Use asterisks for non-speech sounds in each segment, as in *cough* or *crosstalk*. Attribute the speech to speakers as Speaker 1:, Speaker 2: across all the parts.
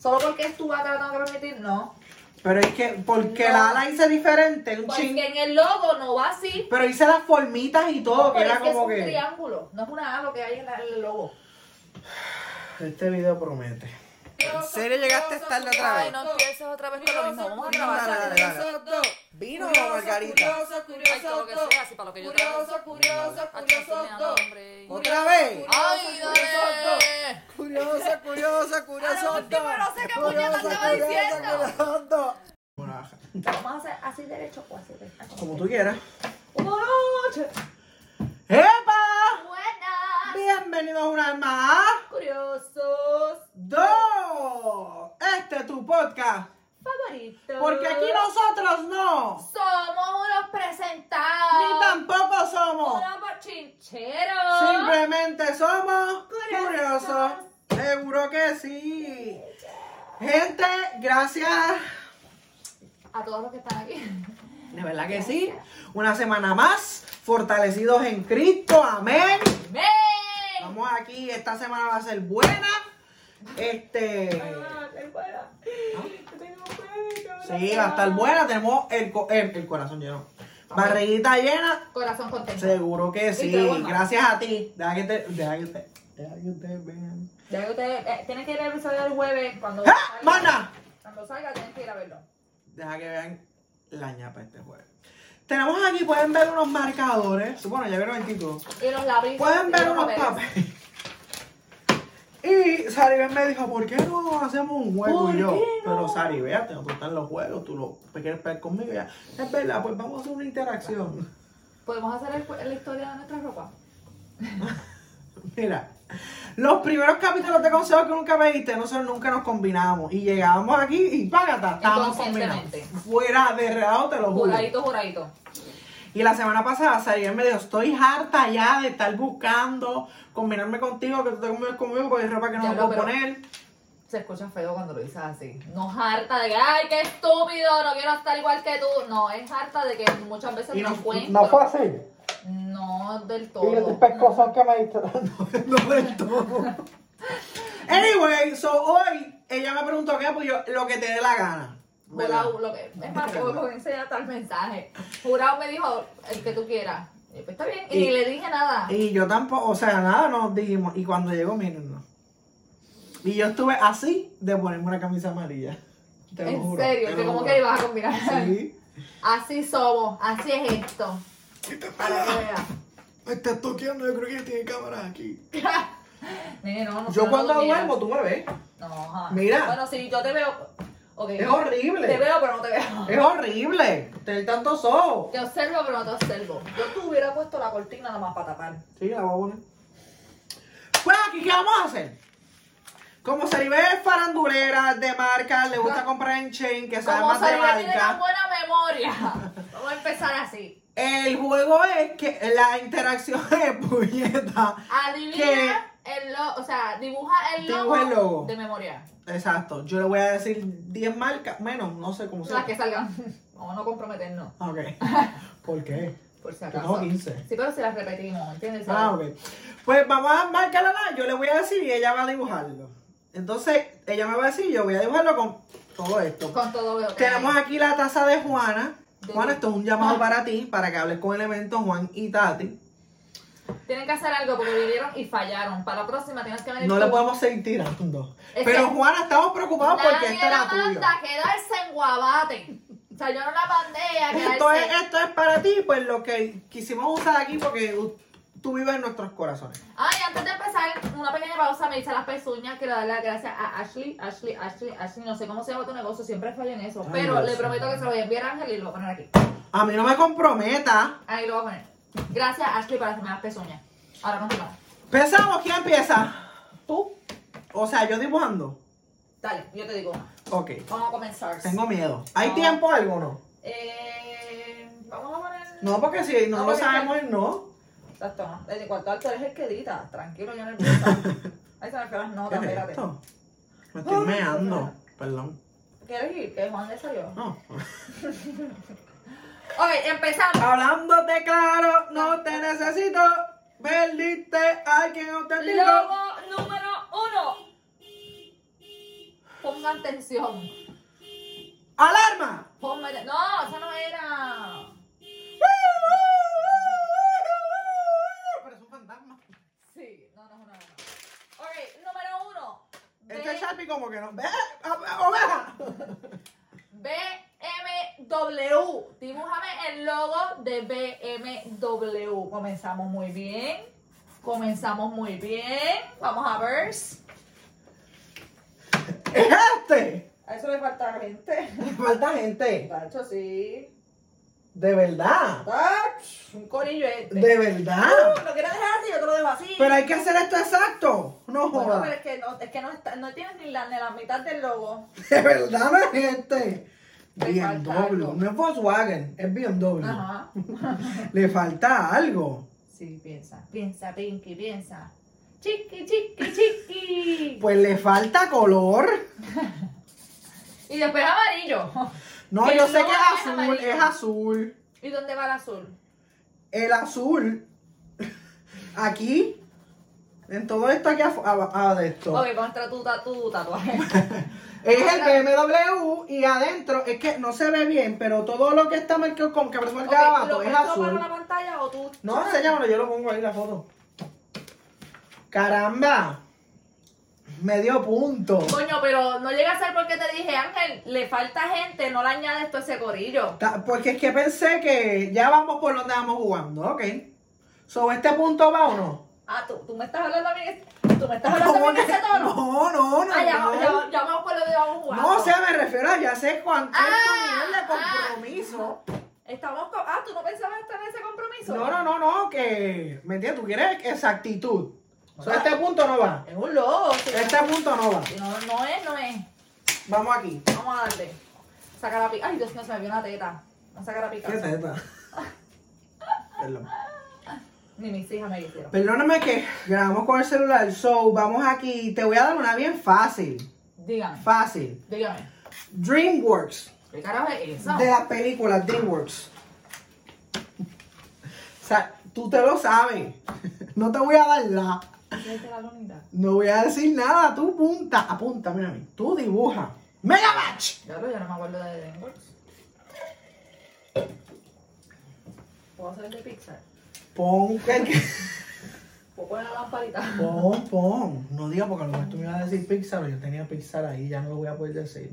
Speaker 1: Solo porque es tu vaca la tengo que permitir, no.
Speaker 2: Pero es que, porque
Speaker 1: No.
Speaker 2: la ala hice diferente, un
Speaker 1: Porque
Speaker 2: ching.
Speaker 1: en el logo no va así.
Speaker 2: Pero hice las formitas y todo, que
Speaker 1: Pero es
Speaker 2: era
Speaker 1: que es
Speaker 2: como
Speaker 1: un
Speaker 2: que.
Speaker 1: triángulo, no es una A lo que hay en la- en el logo.
Speaker 2: Este video promete.
Speaker 3: ¿En serio llegaste tarde otra vez?
Speaker 4: Ay, no empieces otra vez con lo mismo. Vamos a
Speaker 3: Dale,
Speaker 4: trabajar.
Speaker 3: dale, dale. Vino o margarita.
Speaker 5: Curioso,
Speaker 4: Ay, todo
Speaker 5: curioso,
Speaker 4: que sea así, para lo que yo trabajo.
Speaker 5: curioso, curioso,
Speaker 4: Aquí sí me
Speaker 5: curioso,
Speaker 4: dan hambre.
Speaker 3: Otra vez.
Speaker 4: Ay, dale.
Speaker 3: Curiosa, curiosa, curiosa.
Speaker 4: A lo último, no sé qué puñeta estaba diciendo.
Speaker 3: diciendo.
Speaker 2: Una-
Speaker 1: Vamos a hacer así derecho o así
Speaker 3: Ah,
Speaker 1: derecho.
Speaker 2: Como tú quieras.
Speaker 1: Buenas noches.
Speaker 2: ¡Epa!
Speaker 1: Buenas.
Speaker 2: Bienvenidos una vez más. a
Speaker 1: Curiosos.
Speaker 2: Dos. Este es tu podcast.
Speaker 1: Favoritos.
Speaker 2: Porque aquí nosotros no.
Speaker 1: Somos unos presentados.
Speaker 2: Ni tampoco somos.
Speaker 1: Unos bochincheros.
Speaker 2: Simplemente somos curiosos. Seguro que sí. Gente, gracias.
Speaker 1: A todos los que están aquí.
Speaker 2: De verdad que sí. Una semana más, fortalecidos en Cristo. Amén.
Speaker 1: ¡Ven!
Speaker 2: Vamos aquí, esta semana va a ser buena. Este. Sí, va a estar buena. Tenemos el, co- el, el corazón lleno. Barriguita llena.
Speaker 1: Corazón contento.
Speaker 2: Seguro que sí.
Speaker 1: Y te voy más.
Speaker 2: Gracias a ti. Deja que te. Deja que te. Deja que te vean.
Speaker 1: Ya que ustedes eh, tienen que ir al episodio del jueves cuando
Speaker 2: ¡Ah!
Speaker 1: salga.
Speaker 2: ¡Mana!
Speaker 1: Cuando salga tienen que ir a verlo.
Speaker 2: Deja que vean la ñapa este jueves. Tenemos aquí, pueden ver unos marcadores. Bueno, ya vieron el título.
Speaker 1: Y los labios.
Speaker 2: Pueden ver unos
Speaker 1: los papeles.
Speaker 2: papeles. Y Saribel me dijo, ¿por qué no hacemos un juego?
Speaker 1: ¿Por
Speaker 2: Y yo,
Speaker 1: qué no?
Speaker 2: pero Saribel, a ti no te gustan los juegos, tú lo te quieres pelear conmigo. Y ella, es verdad, pues vamos a hacer una interacción. *laughs*
Speaker 1: Podemos hacer el- la historia de nuestra ropa.
Speaker 2: Mira, los primeros capítulos de consejos que nunca me diste, nosotros nunca nos combinamos. Y llegábamos aquí y págata, estábamos combinados.
Speaker 1: Inconscientemente.
Speaker 2: Fuera de reado, te lo juro.
Speaker 1: Juradito, juradito.
Speaker 2: Y la semana pasada Saribel me dijo, estoy harta ya de estar buscando, combinarme contigo, que tú te combines conmigo, porque hay ropa que no
Speaker 1: Ya
Speaker 2: me
Speaker 1: lo,
Speaker 2: puedo
Speaker 1: pero-
Speaker 2: poner. *laughs*
Speaker 1: Se escucha feo cuando lo dices así. No es harta de que, ay, qué estúpido, no quiero estar igual que tú. No, es harta de que muchas veces
Speaker 2: Y
Speaker 1: no
Speaker 2: no,
Speaker 1: encuentro.
Speaker 2: no fue así.
Speaker 1: No del
Speaker 2: Y el
Speaker 1: todo.
Speaker 2: pescozón que me diste no, no del todo. anyway, so hoy ella me preguntó qué, pues yo lo que te dé la gana. ¿verdad?
Speaker 1: Jurado, lo que, es más, yo comencé a dar mensaje. Jurado me dijo, el que tú quieras. Y yo, pues está bien. Y,
Speaker 2: Y-
Speaker 1: ni le dije nada.
Speaker 2: Y yo tampoco, o sea, nada nos dijimos. Y cuando llegó, miren, no. Y yo estuve así de ponerme una camisa amarilla. Te lo
Speaker 1: en
Speaker 2: juro,
Speaker 1: serio,
Speaker 2: te
Speaker 1: que
Speaker 2: lo
Speaker 1: como
Speaker 2: juro.
Speaker 1: que ibas a combinar.
Speaker 2: Sí.
Speaker 1: Así somos, así es esto. Para que veas.
Speaker 2: Me estás toqueando, yo creo que tiene cámaras aquí.
Speaker 1: Nene, no, no,
Speaker 2: Yo
Speaker 1: no
Speaker 2: cuando
Speaker 1: durmieras.
Speaker 2: duermo, tú me ves.
Speaker 1: No, ajá.
Speaker 2: Mira.
Speaker 1: Bueno, sí, yo te veo. Okay.
Speaker 2: Es horrible.
Speaker 1: Te veo, pero no te veo.
Speaker 2: Es horrible tener tantos ojos.
Speaker 1: Te observo, pero no te observo. Yo te hubiera puesto la cortina nomás para tapar.
Speaker 2: Sí, la voy a poner. Pues aquí, ¿qué vamos a hacer? Como se ve farandulera, de marca, le gusta comprar en chain, que sabe
Speaker 1: Como
Speaker 2: más de
Speaker 1: Saribel tiene una
Speaker 2: marca.
Speaker 1: buena memoria. Vamos a empezar así.
Speaker 2: El juego es que la interacción *laughs* es puñeta.
Speaker 1: Adivina el logo, o sea, dibuja el logo,
Speaker 2: Dibuja el logo.
Speaker 1: de memoria.
Speaker 2: Exacto. Yo le voy a decir 10 marcas, menos, no sé cómo se
Speaker 1: Las que
Speaker 2: llama.
Speaker 1: salgan. Vamos a no comprometernos,
Speaker 2: Ok.
Speaker 1: *laughs*
Speaker 2: ¿Por qué?
Speaker 1: por si
Speaker 2: Yo tengo
Speaker 1: acaso.
Speaker 2: 15.
Speaker 1: Sí, pero si las repetimos, ¿entiendes?
Speaker 2: Ah, ok. Pues vamos a marcarla, yo le voy a decir y ella va a dibujarlo. Entonces, ella me va a decir y yo voy a dibujarlo con todo esto.
Speaker 1: Con todo veo. que
Speaker 2: Tenemos
Speaker 1: hay.
Speaker 2: aquí la taza de Juana.
Speaker 1: De-
Speaker 2: Juana, esto es un llamado
Speaker 1: Ah.
Speaker 2: para ti, para que hables con Elementos Juan y Tati.
Speaker 1: Tienen que hacer algo porque vinieron y fallaron. Para la próxima tienes que venir
Speaker 2: No le
Speaker 1: tú.
Speaker 2: podemos seguir tirando.
Speaker 1: Es
Speaker 2: Pero
Speaker 1: que-
Speaker 2: Juana, estamos preocupados porque
Speaker 1: Nadie
Speaker 2: esta
Speaker 1: la
Speaker 2: era tuya.
Speaker 1: manda a quedarse en guabate. O sea, yo no la mandé a quedarse.
Speaker 2: Esto es, esto es para ti, pues lo que quisimos usar aquí porque u- tú vives en nuestros corazones.
Speaker 1: Ay, antes de empezar, una pequeña pausa, me hice las pezuñas. Quiero darle las gracias a Ashley, Ashley, Ashley, Ashley. No sé cómo se llama tu negocio, siempre fallo en eso.
Speaker 2: Ay,
Speaker 1: pero
Speaker 2: Dios
Speaker 1: le prometo
Speaker 2: mío.
Speaker 1: que se lo voy a enviar a Ángel y lo voy a poner aquí.
Speaker 2: A mí no me comprometa.
Speaker 1: Ahí lo voy a poner. Gracias, Ashley, por hacerme las pezuñas. Ahora continuamos.
Speaker 2: Empezamos, ¿quién empieza?
Speaker 1: Tú,
Speaker 2: O sea, yo dibujando.
Speaker 1: dale, yo te digo.
Speaker 2: Ok.
Speaker 1: Vamos a comenzar.
Speaker 2: Tengo miedo. ¿Hay
Speaker 1: No.
Speaker 2: tiempo algo o no?
Speaker 1: Eh, vamos a poner.
Speaker 2: No, porque si no,
Speaker 1: No,
Speaker 2: lo
Speaker 1: porque-
Speaker 2: sabemos, no.
Speaker 1: Exacto, no. El de cuarto alto eres el que edita. Tranquilo, yo
Speaker 2: *laughs*
Speaker 1: nerviosa. Ahí se me quedan las
Speaker 2: ¿Qué
Speaker 1: notas,
Speaker 2: es
Speaker 1: espérate.
Speaker 2: esto? Me estoy
Speaker 1: Ay,
Speaker 2: meando.
Speaker 1: Dios.
Speaker 2: Perdón.
Speaker 1: ¿Quieres ir? Que Juan le salió.
Speaker 2: No. *laughs*
Speaker 1: Ok, empezamos.
Speaker 2: Hablándote claro, no te necesito. Perdiste a quien auténtico.
Speaker 1: Logo número uno. Ponme ponga atención.
Speaker 2: ¡Alarma!
Speaker 1: Ponme te- No, esa no era.
Speaker 2: Pero es un fantasma.
Speaker 1: Sí, no, no es una buena. Ok, número uno.
Speaker 2: Este
Speaker 1: B-
Speaker 2: Sharpie como que no. ¡Ve! a- ¡Oveja!
Speaker 1: BMW. Dibújame el logo de BMW. Comenzamos muy bien. Comenzamos muy bien. Vamos a ver. A
Speaker 2: ¡Es este!
Speaker 1: eso le falta gente.
Speaker 2: Le falta gente.
Speaker 1: Tacho, sí.
Speaker 2: De verdad.
Speaker 1: Tacho, un corillo este.
Speaker 2: De verdad.
Speaker 1: Uh, lo quiero dejar así, yo te lo dejo así.
Speaker 2: Pero hay que hacer esto exacto. No
Speaker 1: Bueno, pero
Speaker 2: jodas.
Speaker 1: es que no, es que no, está, no tienes ni la, ni la mitad del logo.
Speaker 2: *laughs* De verdad no es este.
Speaker 1: Le falta algo.
Speaker 2: BMW. No es Volkswagen, es BMW. *laughs*
Speaker 1: Ajá.
Speaker 2: Le falta algo.
Speaker 1: Sí, piensa. Piensa, Pinky, piensa. Chiqui, chiqui, chiqui.
Speaker 2: Pues le falta color.
Speaker 1: Y después amarillo. *laughs*
Speaker 2: No,
Speaker 1: Que
Speaker 2: yo sé
Speaker 1: no
Speaker 2: que
Speaker 1: es
Speaker 2: es azul,
Speaker 1: amarillo.
Speaker 2: es azul.
Speaker 1: ¿Y dónde va el azul?
Speaker 2: El azul. *laughs* Aquí. En todo esto aquí af- ab- ah, de esto.
Speaker 1: Ok, muestra tu, ta- tu
Speaker 2: *laughs*
Speaker 1: tatuaje.
Speaker 2: Es el BMW y adentro, es que no se ve bien, pero todo lo que está marcado con que aparece
Speaker 1: Ok,
Speaker 2: marcado
Speaker 1: ¿Lo
Speaker 2: abajo pues es
Speaker 1: presto para
Speaker 2: azul.
Speaker 1: la pantalla o tú? Ah,
Speaker 2: No, enséñamelo, yo lo pongo ahí la foto. Caramba. Me dio punto.
Speaker 1: Coño, pero no llega a ser porque te dije, Ángel, le falta gente, no le añades todo ese corillo.
Speaker 2: Ta- Porque es que pensé que ya vamos por donde vamos jugando, ok. ¿Sobre este punto va o no?
Speaker 1: Ah, tú, tú me estás hablando a mí. Tú me estás hablando a mí
Speaker 2: *laughs* ¿Cómo
Speaker 1: de ese
Speaker 2: que-
Speaker 1: tono.
Speaker 2: *laughs* No, no, no.
Speaker 1: Ah, ya,
Speaker 2: no.
Speaker 1: ya, ya vamos por lo que vamos jugando.
Speaker 2: No, o sea, me refiero a ya sé cuánto es
Speaker 1: Ah,
Speaker 2: tu
Speaker 1: ah.
Speaker 2: nivel de compromiso.
Speaker 1: Estamos con... Ah, ¿tú no pensabas estar en ese compromiso?
Speaker 2: No, no, no, no, que. ¿Me entiendes? Tú quieres exactitud. O
Speaker 1: Ah.
Speaker 2: sea, este punto no va.
Speaker 1: Es un logo. sí.
Speaker 2: Este punto no va.
Speaker 1: No, no es, no es.
Speaker 2: Vamos aquí.
Speaker 1: Vamos a darle. Saca la pica. Ay, Dios mío, se me vio una teta. Vamos a sacar la pica.
Speaker 2: ¿Qué teta?
Speaker 1: *laughs*
Speaker 2: Perdón.
Speaker 1: Ni mis hijas me hicieron.
Speaker 2: Perdóname que grabamos con el celular. So, vamos aquí. Te voy a dar una bien fácil.
Speaker 1: Dígame.
Speaker 2: Fácil.
Speaker 1: Dígame.
Speaker 2: DreamWorks.
Speaker 1: ¿Qué carajo es eso?
Speaker 2: De la película DreamWorks. O sea, tú te lo sabes. No te voy a dar la.
Speaker 1: Vete a la lunita.
Speaker 2: No voy a decir nada. Tú punta. Apunta, mira a mí. Tú dibuja. Mega Match.
Speaker 1: Ya lo, ya no me acuerdo de DreamWorks. ¿Puedo hacer el de Pixar?
Speaker 2: Pon.
Speaker 1: ¿Puedo poner la lamparita? *laughs*
Speaker 2: Pon, pon. No diga porque a lo mejor tú me ibas a decir Pixar, pero yo tenía Pixar ahí, ya no lo voy a poder decir.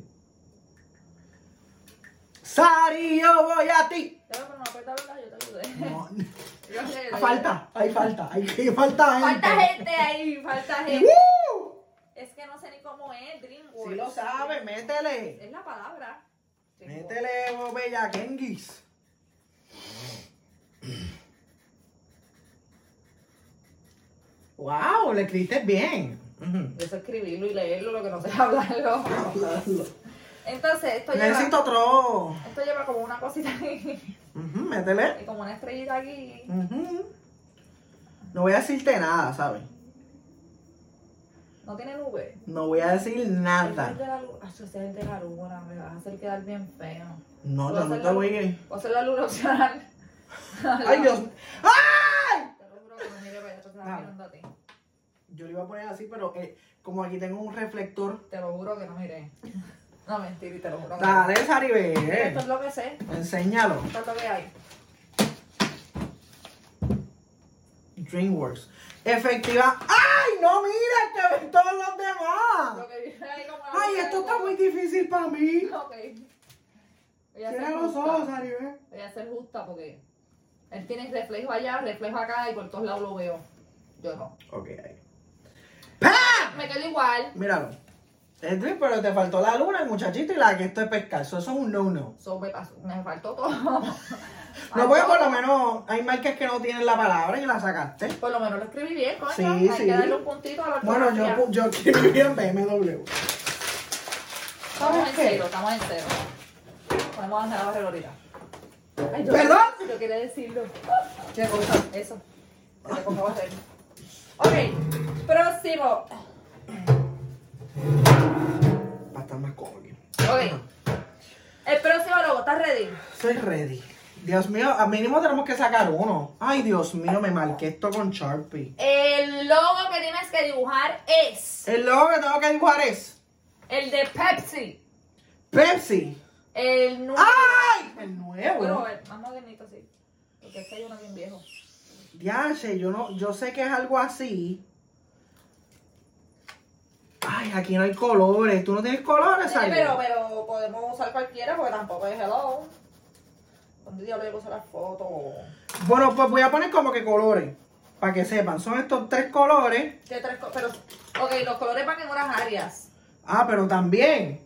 Speaker 2: Sari, yo voy a ti.
Speaker 1: Ya, pero no aprieta, ¿verdad? Yo te ayudé.
Speaker 2: *laughs* No,
Speaker 1: Yo sé, yo-
Speaker 2: falta, hay falta, hay que falta gente.
Speaker 1: Falta gente ahí, falta gente.
Speaker 2: ¡Woo!
Speaker 1: Es que no sé ni cómo es DreamWorks.
Speaker 2: Si lo sabe, métele.
Speaker 1: Es la palabra.
Speaker 2: Métele, oh, bella Kengis. Wow, le escribiste bien. Ujú.
Speaker 1: Yo sé escribirlo y leerlo, lo que no sé es hablarlo. Entonces, esto
Speaker 2: Necesito
Speaker 1: lleva,
Speaker 2: otro.
Speaker 1: esto lleva como una cosita aquí,
Speaker 2: Ujú, métele.
Speaker 1: y como una estrellita aquí.
Speaker 2: Ujú. No voy a decirte nada, ¿sabes?
Speaker 1: No tiene nube.
Speaker 2: No voy a decir
Speaker 1: Es el
Speaker 2: nada.
Speaker 1: de la luz. Ah, ese es el de la luz, ahora me vas a hacer quedar bien feo.
Speaker 2: No,
Speaker 1: Voy a
Speaker 2: yo no
Speaker 1: hacer
Speaker 2: te
Speaker 1: la
Speaker 2: voy a
Speaker 1: luz-
Speaker 2: ir.
Speaker 1: Voy a hacer la luz opcional.
Speaker 2: *laughs* Ay, Dios. ¡Ay!
Speaker 1: Te lo juro que no mire para allá, te estaba
Speaker 2: Nada.
Speaker 1: mirando a ti.
Speaker 2: Yo lo iba a poner así, pero eh, como aquí tengo un reflector.
Speaker 1: Te lo juro que no miré. No, mentira, y te lo juro que no.
Speaker 2: Dale, Saribé.
Speaker 1: Esto es lo que sé,
Speaker 2: Enséñalo.
Speaker 1: esto es lo que hay.
Speaker 2: DreamWorks. Efectiva. ¡Ay! No, mira, que ven todos los demás.
Speaker 1: Lo que viene ahí como una
Speaker 2: Ay,
Speaker 1: luz
Speaker 2: esto
Speaker 1: de
Speaker 2: está
Speaker 1: agua.
Speaker 2: muy difícil para mí.
Speaker 1: Ok. Voy a
Speaker 2: Cierra
Speaker 1: ser
Speaker 2: los
Speaker 1: justa.
Speaker 2: ojos, Saribé.
Speaker 1: Voy a ser justa porque él tiene reflejo allá, reflejo acá y por todos lados lo veo. Yo no. Ah,
Speaker 2: Ok, ahí. ¡Pam!
Speaker 1: Me quedo igual.
Speaker 2: Míralo. Es Dream, pero te faltó la luna, el muchachito, y la que esto es pescar. So, Eso es un no-no.
Speaker 1: So, me, pasó- me faltó
Speaker 2: *laughs*
Speaker 1: todo.
Speaker 2: No, porque pues, por lo menos hay marcas que no tienen la palabra y la sacaste.
Speaker 1: Por lo menos lo escribí bien, coño.
Speaker 2: Sí,
Speaker 1: Hay
Speaker 2: sí.
Speaker 1: que darle un puntito a la
Speaker 2: Bueno, yo,
Speaker 1: ortografía.
Speaker 2: pu- yo escribí *laughs* en BMW.
Speaker 1: Estamos en
Speaker 2: ¿Sabes qué?
Speaker 1: cero, estamos en cero. Podemos hacer la barrera ahorita. Ay, yo-
Speaker 2: ¿Perdón?
Speaker 1: Yo quería decirlo. ¿Qué cosa? Eso. Que te pongo barrera. Ok, próximo.
Speaker 2: Va a estar más cómodo.
Speaker 1: Ok. El próximo logo, ¿estás ready?
Speaker 2: Soy ready. Dios mío, al mínimo tenemos que sacar uno. Ay, Dios mío, me marqué esto con Sharpie.
Speaker 1: El logo que tienes que dibujar es.
Speaker 2: El logo que tengo que dibujar es
Speaker 1: El de Pepsi.
Speaker 2: Pepsi.
Speaker 1: El nuevo.
Speaker 2: Ah. ¡Ay! El nuevo.
Speaker 1: Bueno, el más modernito, sí. Porque este hay uno bien viejo.
Speaker 2: Diache, yo no, yo sé que es algo así. Ay, aquí no hay colores. ¿Tú no tienes colores,
Speaker 1: Sí,
Speaker 2: Sally?
Speaker 1: pero, pero podemos usar cualquiera porque tampoco es hello. ¿Dónde diablos yo puse las fotos?
Speaker 2: Bueno, pues voy a poner como que colores. Para que sepan. Son estos tres colores.
Speaker 1: ¿Qué tres co- pero, ok, los colores van en unas áreas.
Speaker 2: Ah, pero también.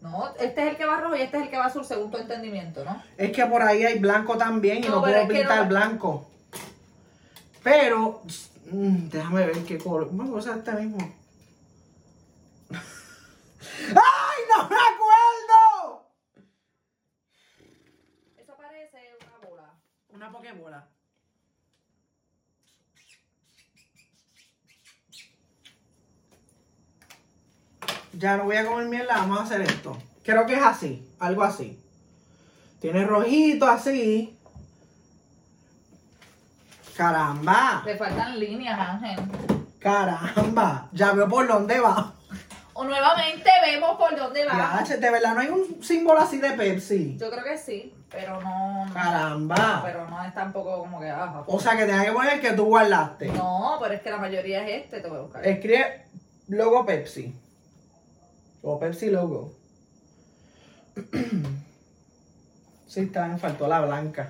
Speaker 1: No, este es el que va rojo y este es el que va azul según tu entendimiento, ¿no?
Speaker 2: Es que por ahí hay blanco también y
Speaker 1: No,
Speaker 2: no,
Speaker 1: pero
Speaker 2: puedo
Speaker 1: es que
Speaker 2: pintar
Speaker 1: no-
Speaker 2: blanco. Pero, mm, déjame ver qué color. Bueno, voy a usar este mismo. *laughs* ¡Ay, no me acuerdo!
Speaker 1: Eso parece una bola.
Speaker 2: Una pokebola. Ya no voy a comer mierda, vamos a hacer esto. Creo que es así, algo así. Tiene rojito así. Caramba,
Speaker 1: Le faltan líneas, Ángel.
Speaker 2: caramba. Ya veo por dónde va.
Speaker 1: O nuevamente vemos por dónde
Speaker 2: Ya,
Speaker 1: va.
Speaker 2: che, de verdad no hay un símbolo así de Pepsi.
Speaker 1: Yo creo que sí, pero no. no-
Speaker 2: Caramba.
Speaker 1: Pero no es tampoco como que baja.
Speaker 2: O sea que tenía que poner el que tú guardaste.
Speaker 1: No, pero es que la mayoría es este, te voy a buscar.
Speaker 2: Escribe logo Pepsi. O Pepsi logo. *clears throat* sí, está, me faltó la blanca.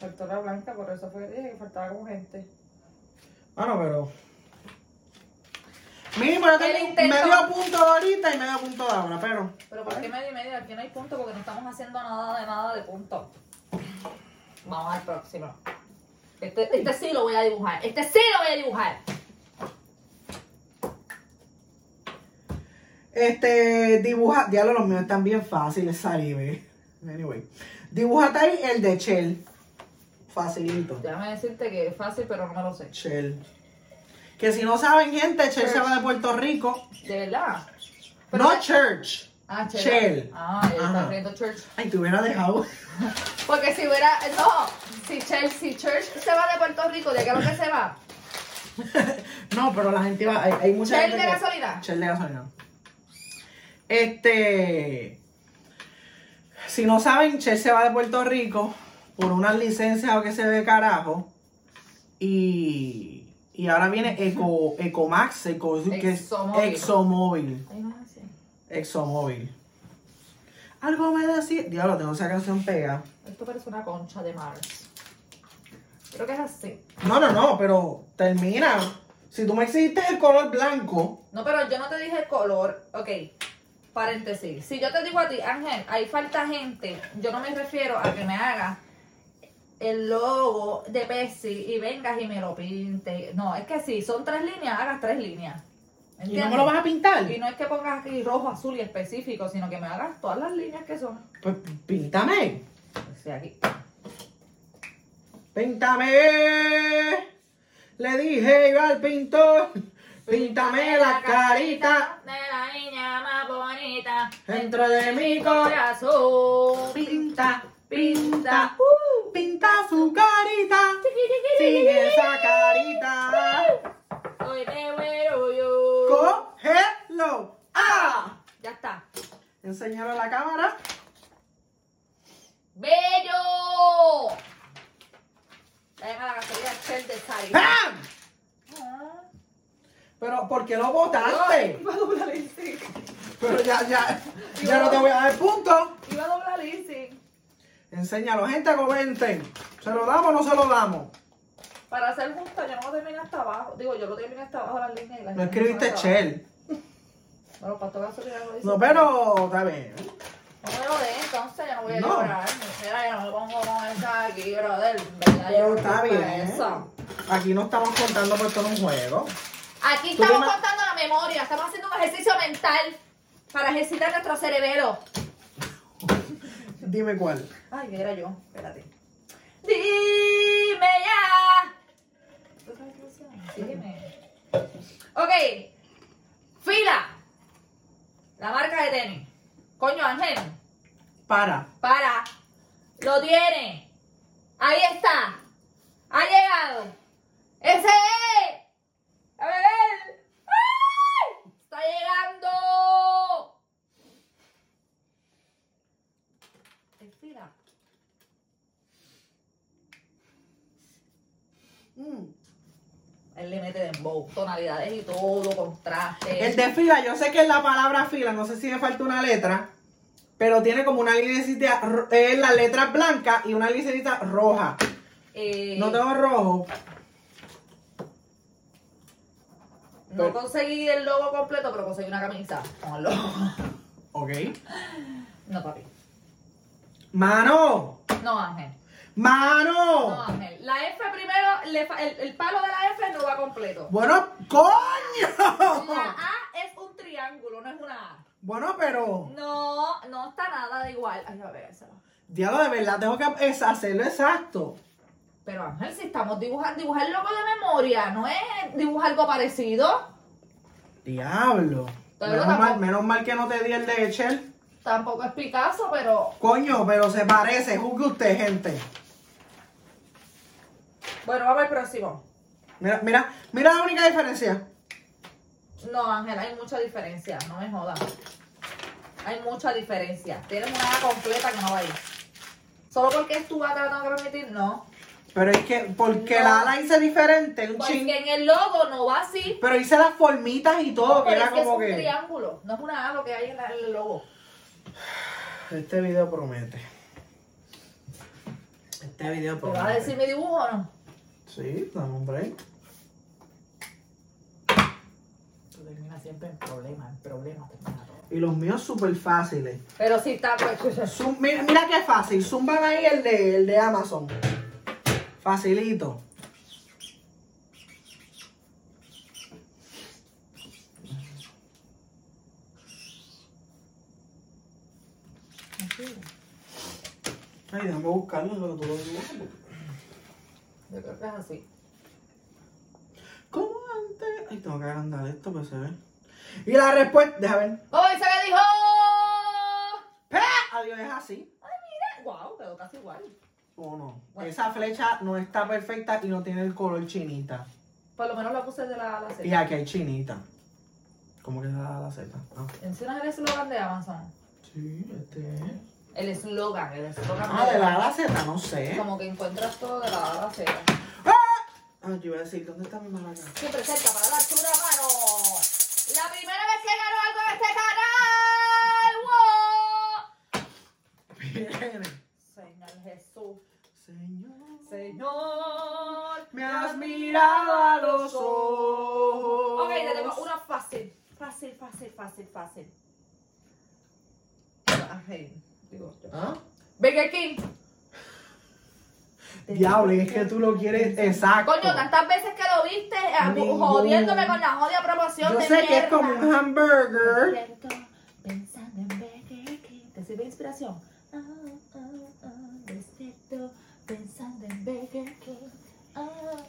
Speaker 1: Faltó la blanca, por eso fue que dije que faltaba como gente.
Speaker 2: Bueno, pero. Mínimo, yo
Speaker 1: El
Speaker 2: tengo
Speaker 1: intento.
Speaker 2: medio punto de ahorita y medio punto de ahora, pero.
Speaker 1: Pero ¿por qué medio y medio? Aquí no hay punto porque no estamos haciendo nada de nada de punto. Vamos al próximo. Este, este sí lo voy a dibujar. Este sí lo voy a dibujar.
Speaker 2: Este, dibuja. Diablo, los míos están bien fáciles, Saribe. Anyway. Dibújate ahí el de Shell. Facilito.
Speaker 1: Déjame decirte que es fácil, pero no me lo sé.
Speaker 2: Shell. Que si no saben, gente, Shell se va de Puerto Rico.
Speaker 1: De verdad. Pero
Speaker 2: No
Speaker 1: que-
Speaker 2: church.
Speaker 1: Ah, Shell.
Speaker 2: Shell.
Speaker 1: Ah, él está
Speaker 2: Ajá.
Speaker 1: riendo Church.
Speaker 2: Ay, te hubiera dejado. *laughs*
Speaker 1: Porque si hubiera. No, si Shell, si Church se va de Puerto Rico, ¿de qué es lo que se va?
Speaker 2: No, pero la gente va. Hay, hay mucha
Speaker 1: Shell
Speaker 2: gente.
Speaker 1: de
Speaker 2: que-
Speaker 1: gasolina.
Speaker 2: Shell de gasolina. Este. Si no saben, Shell se va de Puerto Rico por unas licencias o que se ve carajo. Y. Y ahora viene Eco, Ecomax, Eco, que es
Speaker 1: Exomóvil.
Speaker 2: Exomóvil.
Speaker 1: Ay, no es así.
Speaker 2: Exomóvil. Algo me decía. Diablo, tengo esa canción pegada.
Speaker 1: Esto parece una concha de Mars. Creo que es así.
Speaker 2: No, no, no, pero termina. Si tú me exigiste el color blanco.
Speaker 1: No, pero yo no te dije el color. Ok, paréntesis. Si yo te digo a ti, Ángel, hay falta gente, yo no me refiero a que me hagas el logo de Pepsi y vengas y me lo pintes. No, es que si son tres líneas, hagas tres líneas.
Speaker 2: ¿Y no
Speaker 1: ¿Entiendes?
Speaker 2: me lo vas a pintar?
Speaker 1: Y no es que pongas aquí rojo, azul y específico, sino que me hagas todas las líneas que son.
Speaker 2: Pues píntame.
Speaker 1: O sea, aquí.
Speaker 2: Píntame. Le dije yo al pintor. Píntame la carita
Speaker 1: de la niña más bonita.
Speaker 2: dentro de mi corazón.
Speaker 1: Corazón.
Speaker 2: Pinta,
Speaker 1: pinta.
Speaker 2: pinta, uh, pinta su carita. Sin esa carita.
Speaker 1: Hoy te muero yo.
Speaker 2: Cógelo. ¡Ah!
Speaker 1: Ya está.
Speaker 2: Enseñalo a la cámara.
Speaker 1: ¡Bello! La deja la gasolina Shell de Sari.
Speaker 2: ¡Pam!
Speaker 1: Ah.
Speaker 2: Pero, ¿por qué lo
Speaker 1: Ay,
Speaker 2: botaste?
Speaker 1: Iba a doblar el stick.
Speaker 2: Pero ya, ya, ya no te voy a dar punto.
Speaker 1: Iba a doblar el stick.
Speaker 2: Enséñalo, gente, comenten. ¿Se lo damos o no se lo damos?
Speaker 1: Para ser justa, yo no lo terminé hasta abajo. Digo, yo lo terminé hasta abajo de las líneas. y las
Speaker 2: No
Speaker 1: líneas
Speaker 2: escribiste
Speaker 1: hasta abajo.
Speaker 2: Shell.
Speaker 1: Bueno, para toda gasolina lo dice.
Speaker 2: No, pero está bien.
Speaker 1: No me lo dé, entonces yo no voy a
Speaker 2: No.
Speaker 1: llorar. Mira, yo no me pongo con esa aquí, brother. ¿Verdad? Yo
Speaker 2: Pero
Speaker 1: no
Speaker 2: está
Speaker 1: quiero
Speaker 2: bien. pues, ¿eh?
Speaker 1: eso.
Speaker 2: Aquí no estamos contando porque esto no es un juego.
Speaker 1: Aquí
Speaker 2: Tú
Speaker 1: estamos
Speaker 2: dime-
Speaker 1: contando la memoria, estamos haciendo un ejercicio mental para ejercitar nuestro cerebelo.
Speaker 2: Dime cuál.
Speaker 1: Ay, que era yo, espérate. Dime ya. ¿Tú sabes qué canción? Dime. Ok. Fila. La marca de tenis. Coño, Ángel.
Speaker 2: Para.
Speaker 1: Para. Lo tiene. Ahí está. Ha llegado. Ese es. A ver. ¡Ay! Está llegando. Respira.
Speaker 2: Mm.
Speaker 1: Él le mete dembow, tonalidades y todo, contraste.
Speaker 2: El de fila, yo sé que es la palabra fila, no sé si le falta una letra, pero tiene como una linecita, ro- eh, la letra blanca y una linecita roja.
Speaker 1: Eh,
Speaker 2: No tengo rojo.
Speaker 1: no conseguí el logo completo, pero conseguí una camisa con el logo. *laughs*
Speaker 2: Ok.
Speaker 1: No, papi.
Speaker 2: Mano,
Speaker 1: No, Ángel.
Speaker 2: mano.
Speaker 1: No, Ángel. La F primero, le fa- el, el palo de la F no va completo.
Speaker 2: Bueno,
Speaker 1: La
Speaker 2: coño.
Speaker 1: A es un triángulo, no es una A.
Speaker 2: Bueno, pero
Speaker 1: No, no está nada de igual. Ay, a ver, esa no.
Speaker 2: diablo, de verdad tengo que es- hacerlo exacto.
Speaker 1: Pero Ángel, si estamos dibujando, dibujar loco de memoria, ¿no es dibujar algo parecido?
Speaker 2: Diablo.
Speaker 1: Pero
Speaker 2: Menos
Speaker 1: tampoco-
Speaker 2: mal, menos mal que no te di el de Echel.
Speaker 1: Tampoco es Picasso, pero...
Speaker 2: Coño, pero se parece, juzgue usted, gente.
Speaker 1: Bueno, vamos al próximo.
Speaker 2: Mira, mira, mira la única diferencia.
Speaker 1: No, Ángel, hay mucha diferencia, no me jodas. Hay mucha diferencia. Tienes una A completa que no va ahí. Solo porque es tu A te la tengo que permitir, no.
Speaker 2: Pero es que, porque
Speaker 1: No. Pues
Speaker 2: la ala hice diferente, un
Speaker 1: Porque
Speaker 2: ching.
Speaker 1: en el logo no va así.
Speaker 2: Pero hice las formitas y todo, que
Speaker 1: Pero
Speaker 2: era
Speaker 1: es Oh, que es
Speaker 2: como
Speaker 1: un
Speaker 2: que.
Speaker 1: triángulo, no es una A lo que hay en la- en el logo.
Speaker 2: Este video promete. Este video
Speaker 1: ¿Te vas a decir mi dibujo o no?
Speaker 2: Sí, dame un break.
Speaker 1: Tú terminas siempre en problemas, en problemas termina todo.
Speaker 2: Y los míos súper fáciles.
Speaker 1: Pero si está, pues,
Speaker 2: Zoom- mira, mira qué fácil. Zumban ahí el de, el de Amazon. Facilito. Ay, déjame buscarlo, pero tú lo dibujas.
Speaker 1: yo creo que es así.
Speaker 2: ¿Cómo antes? Ay, tengo que agrandar esto para que se ve. Y la respuesta, déjame ver.
Speaker 1: ¡Oh, esa que dijo!
Speaker 2: ¡Pe! Adiós, es así.
Speaker 1: ¡Wow! Quedó casi igual.
Speaker 2: ¿O no? Esa flecha no está perfecta y no tiene el color chinita.
Speaker 1: Por lo menos la puse de la, la
Speaker 2: Y
Speaker 1: serie.
Speaker 2: aquí hay chinita. ¿Cómo que es la, la Z? Ah,
Speaker 1: Mencionas el eslogan de Amazon.
Speaker 2: sí, este es.
Speaker 1: El eslogan, el eslogan.
Speaker 2: Ah, de la A a la Z, no sé.
Speaker 1: Como que encuentras todo de la A a la Z.
Speaker 2: Ah, yo iba a decir, ¿dónde está mi maraca? *laughs*
Speaker 1: Siempre cerca para la altura, mano. La primera vez que ganó algo en este canal. ¡Wow!
Speaker 2: Viene.
Speaker 1: Señor Jesús.
Speaker 2: Señor,
Speaker 1: Señor.
Speaker 2: me has mirado a los ojos.
Speaker 1: Ok, te tengo una fácil. Fácil, fácil, fácil, fácil. Ay, Ah, digo yo.
Speaker 2: ¿Ah?
Speaker 1: Burger King.
Speaker 2: Diablo, y es que tú lo quieres exacto.
Speaker 1: Ah, Coño, tantas veces que lo viste eh,
Speaker 2: Ningún.
Speaker 1: jodiéndome con la jodida promoción
Speaker 2: Yo
Speaker 1: de
Speaker 2: sé que es
Speaker 1: mierda.
Speaker 2: como un hamburger.
Speaker 1: Despierto pensando en Burger King. ¿Te sirve de inspiración? Ah, ah, ah, despierto pensando en Burger King. Ah,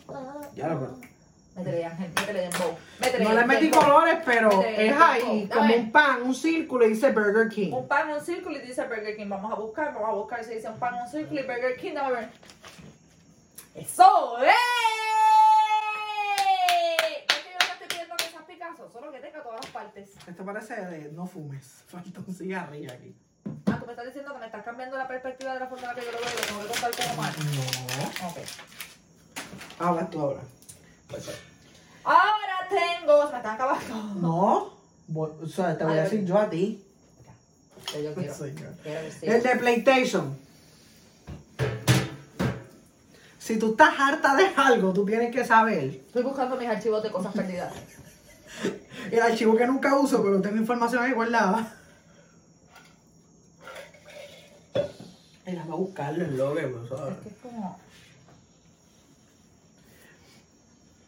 Speaker 1: ah,
Speaker 2: Ya lo creo.
Speaker 1: ah. Métele, Ángel, métele dembow. Métele,
Speaker 2: No le metí
Speaker 1: dembow.
Speaker 2: colores, pero
Speaker 1: Métele,
Speaker 2: es ahí,
Speaker 1: Coco.
Speaker 2: como
Speaker 1: Dame.
Speaker 2: un pan, un círculo y dice Burger King.
Speaker 1: Un pan, un círculo y dice Burger King. Vamos a buscar, vamos a buscar. Se dice un pan, un círculo y Burger King. Dame a ver. ¡Eso es! ¿Qué es que yo no te estoy pidiendo que seas Picasso? Solo que tenga todas las partes.
Speaker 2: Esto parece de no fumes. *laughs* Falta un cigarrillo aquí.
Speaker 1: Ah, tú me estás diciendo que me estás cambiando la perspectiva de la forma en la que yo lo veo. y Lo tengo que contar como mal.
Speaker 2: No.
Speaker 1: Ok.
Speaker 2: Habla Ah, tú ahora.
Speaker 1: Ahora tengo... Se me están acabando.
Speaker 2: No. Voy- O sea, te voy
Speaker 1: Ay,
Speaker 2: a decir
Speaker 1: ok.
Speaker 2: yo a ti.
Speaker 1: Que Yo quiero.
Speaker 2: Señor.
Speaker 1: Quiero decir.
Speaker 2: El de PlayStation. Si tú estás harta de algo, tú tienes que saber.
Speaker 1: Estoy buscando mis archivos de cosas perdidas.
Speaker 2: El archivo que nunca uso, pero tengo información ahí guardada. Él va a buscarlo en Logue, pues, ¿sabes?
Speaker 1: Es que es como...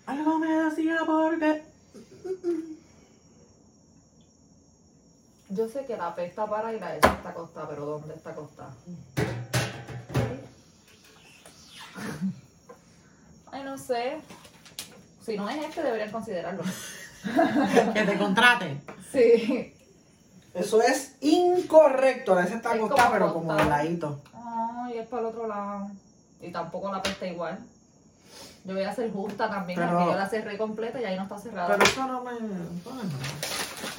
Speaker 2: Algo me decía porque.
Speaker 1: Yo sé que la P está para y la S está acostada, pero ¿dónde está acostada? Ay, no sé. Si no es este, deberían considerarlo.
Speaker 2: *laughs* Que te contraten.
Speaker 1: Sí.
Speaker 2: Eso es incorrecto. La S está
Speaker 1: Es como
Speaker 2: acostada, pero como de
Speaker 1: acostada.
Speaker 2: ladito.
Speaker 1: Ay, es para el otro lado. Y tampoco la P está igual. Yo voy a ser justa también,
Speaker 2: Pero-
Speaker 1: porque yo la cerré completa y ahí no está cerrada.
Speaker 2: Pero eso no me. ¡Gente,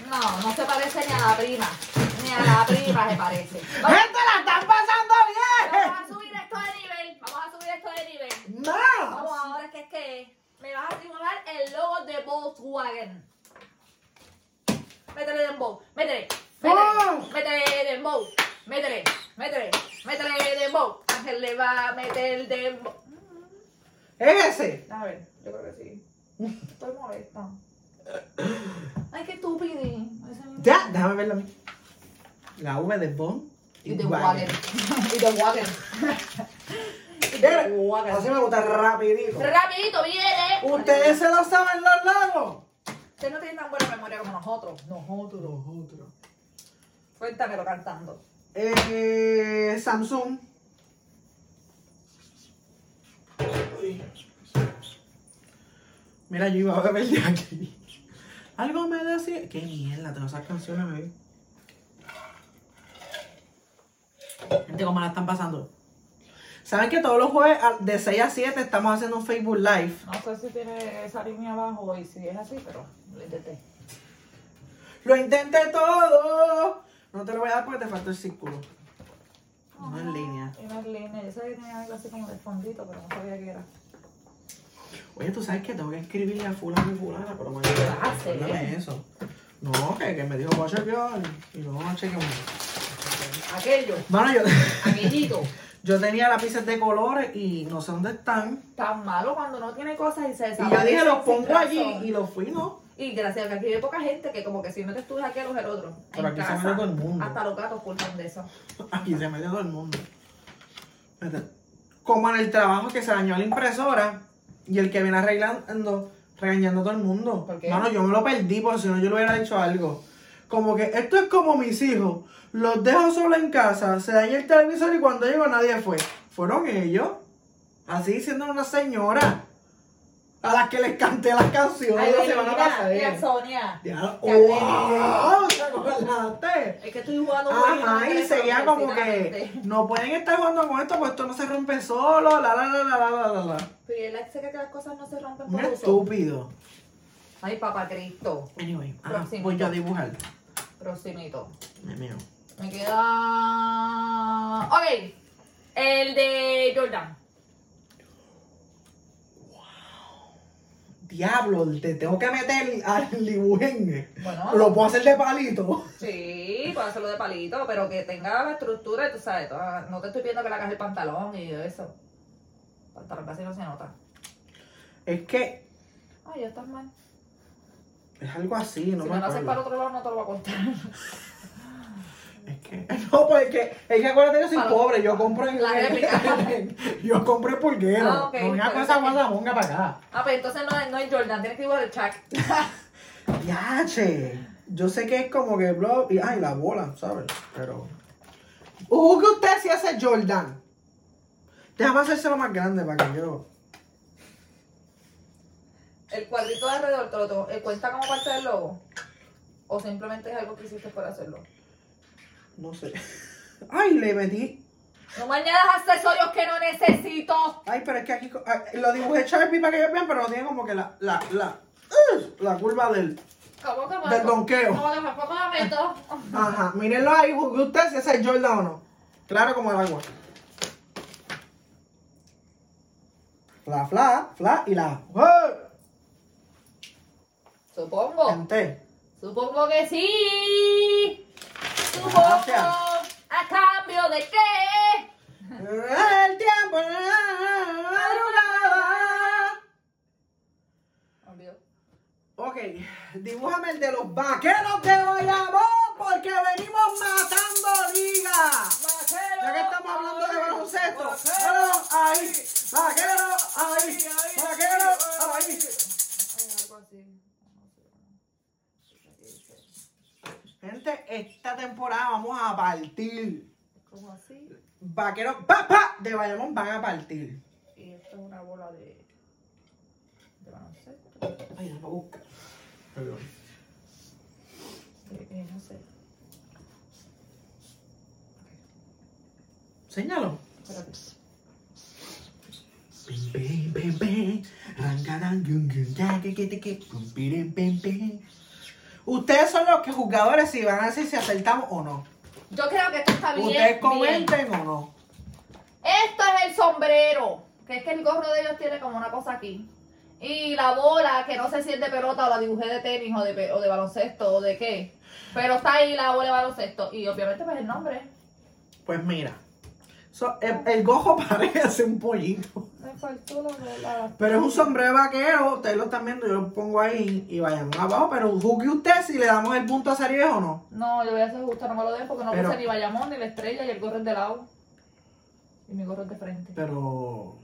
Speaker 1: No, no se parece ni a la prima. Ni a la prima se parece.
Speaker 2: la están pasando
Speaker 1: Volkswagen. Métele dembow, métele,
Speaker 2: ¡Wow!
Speaker 1: métele, métele dembow, métele, métele, métele dembow. Ángel le va a meter dembow.
Speaker 2: ¿Es ese?
Speaker 1: A ver, yo creo que sí. *laughs* Estoy molesta. Ay, qué estúpido.
Speaker 2: Ya, déjame verlo a mí. La V de Bon.
Speaker 1: Y de Wagen. *laughs* Y de Wagen. Y
Speaker 2: Mira,
Speaker 1: de Wagen.
Speaker 2: Así me gusta rapidito.
Speaker 1: Rapidito, viene.
Speaker 2: Ustedes se lo saben los lagos.
Speaker 1: Ustedes no tienen tan buena memoria como nosotros.
Speaker 2: Nosotros, nosotros.
Speaker 1: Cuéntamelo cantando.
Speaker 2: Eh, Samsung. Uy. Mira, yo iba a beber de aquí. Algo me decía. Qué mierda, todas esas canciones, bebé. Gente, cómo la están pasando. Saben que todos los jueves a- de 6 a 7 estamos haciendo un Facebook Live.
Speaker 1: No sé si tiene esa línea abajo y si es así, pero lo intenté.
Speaker 2: Lo intenté todo. No te lo voy a dar porque te falta el círculo. No en línea.
Speaker 1: Y no es línea. Yo sabía que tenía algo así como de fondito, pero no sabía qué era.
Speaker 2: Oye, tú sabes que tengo que escribirle a fulano y fulana, pero mañana.
Speaker 1: vas a hacer?
Speaker 2: Dame eso. No, que, que me dijo, voy a chequear. Y luego no chequeamos.
Speaker 1: Aquello.
Speaker 2: Bueno, yo, *laughs*
Speaker 1: Aquellito.
Speaker 2: yo tenía lápices de colores y no sé dónde están.
Speaker 1: Tan malo cuando no tiene cosas y se
Speaker 2: Y
Speaker 1: desaparece.
Speaker 2: yo dije, los
Speaker 1: sin
Speaker 2: pongo
Speaker 1: razón.
Speaker 2: allí y los fui, ¿no?
Speaker 1: Y gracias a que aquí hay poca gente que como que si no te estudias aquí, los el otro.
Speaker 2: Pero
Speaker 1: En
Speaker 2: aquí se
Speaker 1: casa,
Speaker 2: muere todo el mundo.
Speaker 1: Hasta los gatos culpan de eso.
Speaker 2: Aquí se metió todo el mundo. Espérate. Como en el trabajo que se dañó la impresora y el que viene arreglando, regañando a todo el mundo.
Speaker 1: ¿Por qué?
Speaker 2: Mano, yo me lo perdí porque si no yo le hubiera dicho algo. Como que esto es como mis hijos. Los dejo solos en casa, se daña el televisor y cuando llego nadie fue. Fueron ellos. Así siendo una señora. A las que les canté las canciones. se van a
Speaker 1: mira,
Speaker 2: pasar.
Speaker 1: mira, Sonia.
Speaker 2: Ya,
Speaker 1: Ya te-
Speaker 2: ¡Wow! ¿Te acordaste?
Speaker 1: Es que estoy jugando
Speaker 2: Ajá,
Speaker 1: voleibol,
Speaker 2: y sería como que
Speaker 1: precisamente.
Speaker 2: no pueden estar jugando con esto, pues esto no se rompe solo, la la la la la la la la.
Speaker 1: Pero él dice que las cosas no se rompen
Speaker 2: Un
Speaker 1: por uso.
Speaker 2: estúpido.
Speaker 1: Ay, papá Cristo.
Speaker 2: Anyway, ajá,
Speaker 1: Próximo.
Speaker 2: voy yo a dibujar.
Speaker 1: Proximito.
Speaker 2: Ay, mío.
Speaker 1: Me queda. Ok. El de Jordan.
Speaker 2: Diablo, te tengo que meter al *laughs* dibujengue.
Speaker 1: Bueno.
Speaker 2: Lo puedo hacer de palito.
Speaker 1: Sí, puedo hacerlo de palito, pero que tenga estructura, tú sabes. toda- No te estoy pidiendo que le hagas el pantalón y eso. Pantalón casi no se nota.
Speaker 2: Es que
Speaker 1: Ay, ya estás mal.
Speaker 2: es algo así, no
Speaker 1: si
Speaker 2: me
Speaker 1: me lo haces para el
Speaker 2: acuerdo.
Speaker 1: otro lado, no te lo voy a contar. *laughs*
Speaker 2: Es que, *laughs* no, pues es que, es que acuérdate, yo soy
Speaker 1: Para-
Speaker 2: pobre, yo compro en.
Speaker 1: La
Speaker 2: *laughs* yo compro en pulguero.
Speaker 1: Ah, ok,
Speaker 2: No vengas con
Speaker 1: pero
Speaker 2: esa
Speaker 1: es que-
Speaker 2: guadamonga para acá.
Speaker 1: Ah, pues entonces no, es- no es Jordan, tienes que ir al Chuck.
Speaker 2: Yache. Yo sé que es como que bro, y ay, la bola, ¿sabes? Pero. Uh, que usted si hace Jordan. Déjame hacérselo más grande para que yo.
Speaker 1: *laughs* El cuadrito de alrededor, te lo tengo- ¿eh, ¿cuenta como parte del logo? ¿O simplemente es algo que hiciste por hacerlo?
Speaker 2: No sé. *laughs* Ay, le metí.
Speaker 1: No me añadas accesorios que no necesito.
Speaker 2: Ay, pero es que aquí. co- ah, Lo dibujé Sharpie para que ellos vean, pero no tiene como que la. La, la, ¡Ugh! la curva del.
Speaker 1: ¿Cómo que me
Speaker 2: Del donqueo.
Speaker 1: ¿Cómo que me pongo a
Speaker 2: *laughs*
Speaker 1: meto?
Speaker 2: Ajá. Mírenlo ahí, juzgue usted si ese es Jordan o no. Claro como el agua. La fla, fla y la. ¡Wow!
Speaker 1: Supongo.
Speaker 2: Gente.
Speaker 1: Supongo que sí. Supongo.
Speaker 2: Gracias.
Speaker 1: ¿A cambio de qué?
Speaker 2: El tiempo madrugada.
Speaker 1: Olvidó.
Speaker 2: Ok, dibújame el de los vaqueros de Bayamón porque venimos matando liga. Ya que estamos hablando de baloncesto, vaquero ahí, vaquero ahí, vaquero
Speaker 1: Ah,
Speaker 2: ahí.
Speaker 1: Ay, algo así.
Speaker 2: Gente, esta temporada vamos a partir.
Speaker 1: Como así.
Speaker 2: Vaqueros, papá, de Bayamón van a partir.
Speaker 1: Y esto es una bola de. de baloncesto.
Speaker 2: Ay, no me busca.
Speaker 1: Eh, eh, no sé.
Speaker 2: Señalo.
Speaker 1: Espérate.
Speaker 2: Pim, pim, pim, pim. Rangarán, gun, gun, ya, que, que, que, que, pum, pirim, pim, pim. Ustedes son los que jugadores si van a decir si acertamos o no.
Speaker 1: Yo creo que esto está bien.
Speaker 2: Ustedes
Speaker 1: bien.
Speaker 2: comenten o no.
Speaker 1: Esto es el sombrero. Que es que el gorro de ellos tiene como una cosa aquí. Y la bola, que no sé si es de pelota o la dibujé de tenis o de, pe- o de baloncesto o de qué. Pero está ahí la bola de baloncesto. Y obviamente, pues el nombre.
Speaker 2: Pues mira. So, el, el gojo *laughs* parece un pollito.
Speaker 1: Me faltó la bola.
Speaker 2: Pero es un sombrero vaquero. Ustedes lo están viendo, yo lo pongo ahí y vayamos abajo. Pero juzgue usted si le damos el punto a Saribes o no.
Speaker 1: No, yo voy a hacer justo, no me lo dejo porque no
Speaker 2: Pero-
Speaker 1: puse ni Bayamón, ni la estrella, y el gorro es de lado. Y mi gorro es de frente.
Speaker 2: Pero.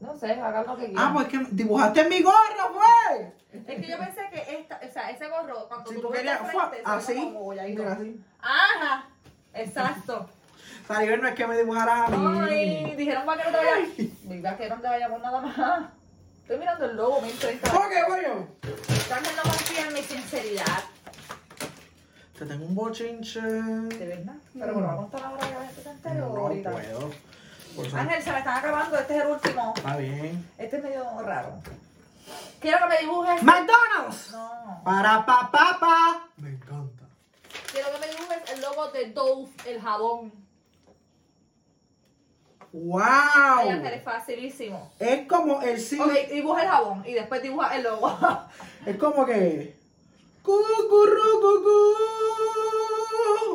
Speaker 1: No sé, hagan lo que
Speaker 2: Ah,
Speaker 1: quieran.
Speaker 2: pues que dibujaste mi gorro, güey.
Speaker 1: Es que yo pensé que esta, o sea, ese gorro, cuando
Speaker 2: Si
Speaker 1: tú
Speaker 2: tú
Speaker 1: lo ves de
Speaker 2: querías. fue
Speaker 1: frente, se ve
Speaker 2: así.
Speaker 1: como bolladito.
Speaker 2: Mira, así.
Speaker 1: Ajá, exacto.
Speaker 2: Saribes no es que me dibujaras a mí.
Speaker 1: Ay, dijeron vaquero de Bayamón. Diga que no te vayamos nada más. Estoy mirando el logo, 1030.
Speaker 2: Ok, bueno.
Speaker 1: Carmen no confía en mi sinceridad.
Speaker 2: Te tengo un bochinche.
Speaker 1: De verdad. Pero bueno, vamos a estar ahora ya este entero
Speaker 2: No
Speaker 1: ahorita.
Speaker 2: puedo. Por favor.
Speaker 1: Ángel, se me están acabando. Este es el último.
Speaker 2: Está bien.
Speaker 1: Este es medio raro. Quiero que me dibujes.
Speaker 2: McDonald's.
Speaker 1: No.
Speaker 2: Para papá. papá. Me encanta.
Speaker 1: Quiero que me dibujes el logo de Dove, el jabón. Ay, Ángel, es
Speaker 2: ¡Wow!
Speaker 1: facilísimo.
Speaker 2: Es como el sí.
Speaker 1: Ok, dibuja el jabón y después dibuja el logo.
Speaker 2: Es como que. Cucurucucú.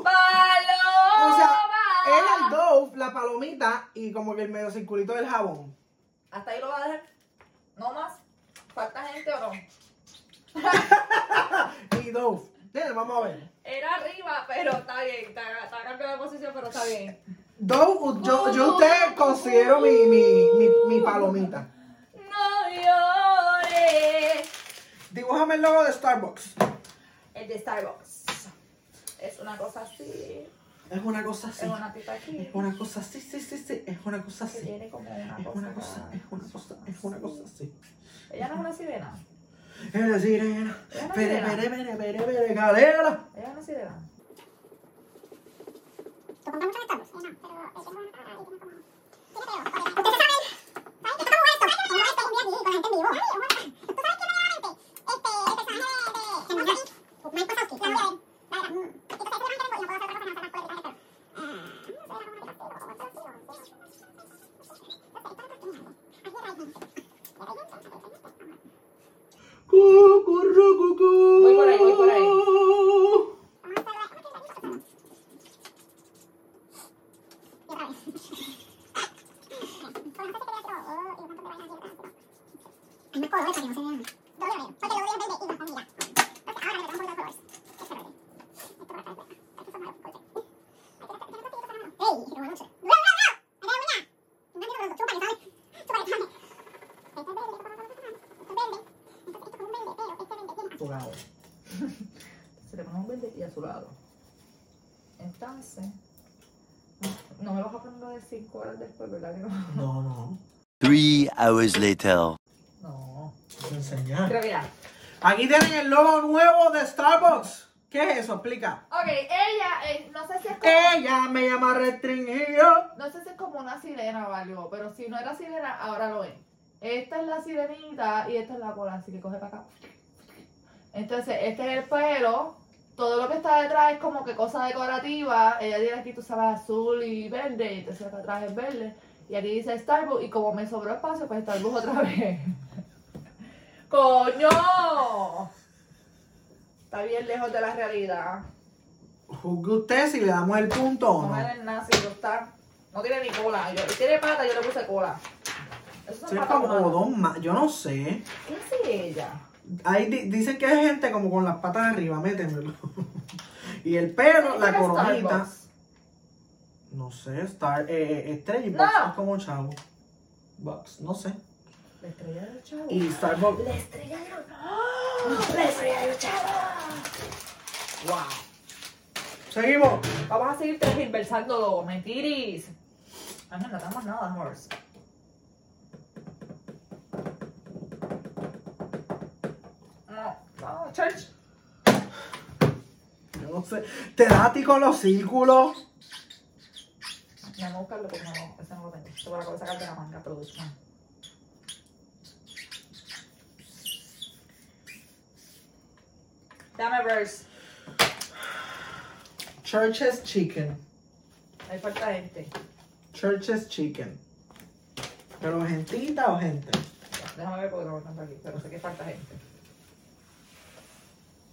Speaker 1: *laughs* ¡Paloma!
Speaker 2: O sea, era el Dove, la palomita y como que el medio circulito del jabón.
Speaker 1: ¿Hasta ahí lo va a dejar? ¿No más? ¿Falta gente o no?
Speaker 2: Y Dove. Bien, vamos a ver.
Speaker 1: Era arriba, pero está bien. Está, está cambiado de posición, pero está bien.
Speaker 2: Dove, yo, yo usted considero mi, mi, mi, mi palomita.
Speaker 1: No llores.
Speaker 2: Dibújame el logo de Starbucks.
Speaker 1: El de Starbucks. Es una cosa así.
Speaker 2: Es una cosa así.
Speaker 1: Es una tipa aquí.
Speaker 2: Es una cosa así, sí, sí, sí. Es una cosa
Speaker 1: Que
Speaker 2: así.
Speaker 1: tiene como una
Speaker 2: Es
Speaker 1: cosa.
Speaker 2: una cosa, es una cosa, es una cosa así.
Speaker 1: Ella no es una sirena.
Speaker 2: Es una sirena.
Speaker 1: Es una
Speaker 2: Pere,
Speaker 1: sirena.
Speaker 2: pere, pere, pere, pere, galera.
Speaker 1: Ella es una sirena.
Speaker 2: Cucurrucucú.
Speaker 1: Voy por ahí, voy por ahí.
Speaker 2: Dorado.
Speaker 1: *laughs* Se le pone un verde y azulado. Entonces. no- No me vas a poner lo de 5 horas después, ¿verdad? que no?
Speaker 2: No, no.
Speaker 5: Three hours later.
Speaker 1: No.
Speaker 2: te voy a enseñar.
Speaker 1: Creo que ya.
Speaker 2: Aquí tienen el logo nuevo de Starbucks. ¿Qué es eso? Explica.
Speaker 1: Ok, ella, eh, no sé si es como.
Speaker 2: Ella me llama restringido.
Speaker 1: No sé si es como una sirena o algo, pero si no era sirena, ahora lo es. Esta es la sirenita y esta es la cola, así que coge para acá. Entonces, este es el pelo. Todo lo que está detrás es como que cosa decorativa. Ella tiene aquí, tú sabes, azul y verde. Y entonces acá atrás es verde. Y aquí dice Starbucks. Y como me sobró espacio, pues Starbucks otra vez. *laughs* ¡Coño! Está bien lejos de la realidad.
Speaker 2: Juzgue usted si le damos el punto o
Speaker 1: No
Speaker 2: Oh, no.
Speaker 1: eres nazi, yo está. No tiene ni cola. Yo, y tiene pata, yo le puse cola. Eso
Speaker 2: Sí, Es como dos más. Yo no sé.
Speaker 1: ¿Qué hace ella?
Speaker 2: Ahí di- dicen que hay gente como con las patas arriba, métemelo. *laughs* y el pelo, la
Speaker 1: Era
Speaker 2: coronita.
Speaker 1: Starbucks.
Speaker 2: No sé, Star, eh, eh, Estrella y
Speaker 1: No.
Speaker 2: Box es como chavo. Box, no sé.
Speaker 1: La estrella de los chavos.
Speaker 2: Y Starbucks.
Speaker 1: La estrella de los. ¡Ah! La estrella de los chavos.
Speaker 2: Wow. Seguimos.
Speaker 1: Vamos a seguir transversando mentiris. Ángel, no damos nada, amores. No, no, church.
Speaker 2: Yo no sé. Te da a ti con los círculos.
Speaker 1: No, no buscarlo porque no, ese no lo tengo. Te voy a sacar de la manga, pero no. Dame verse.
Speaker 2: Church's Chicken.
Speaker 1: Hay falta gente.
Speaker 2: Church's Chicken. Pero gentita o gente.
Speaker 1: Ya. Déjame ver porque no me tanto aquí, pero sé que falta gente.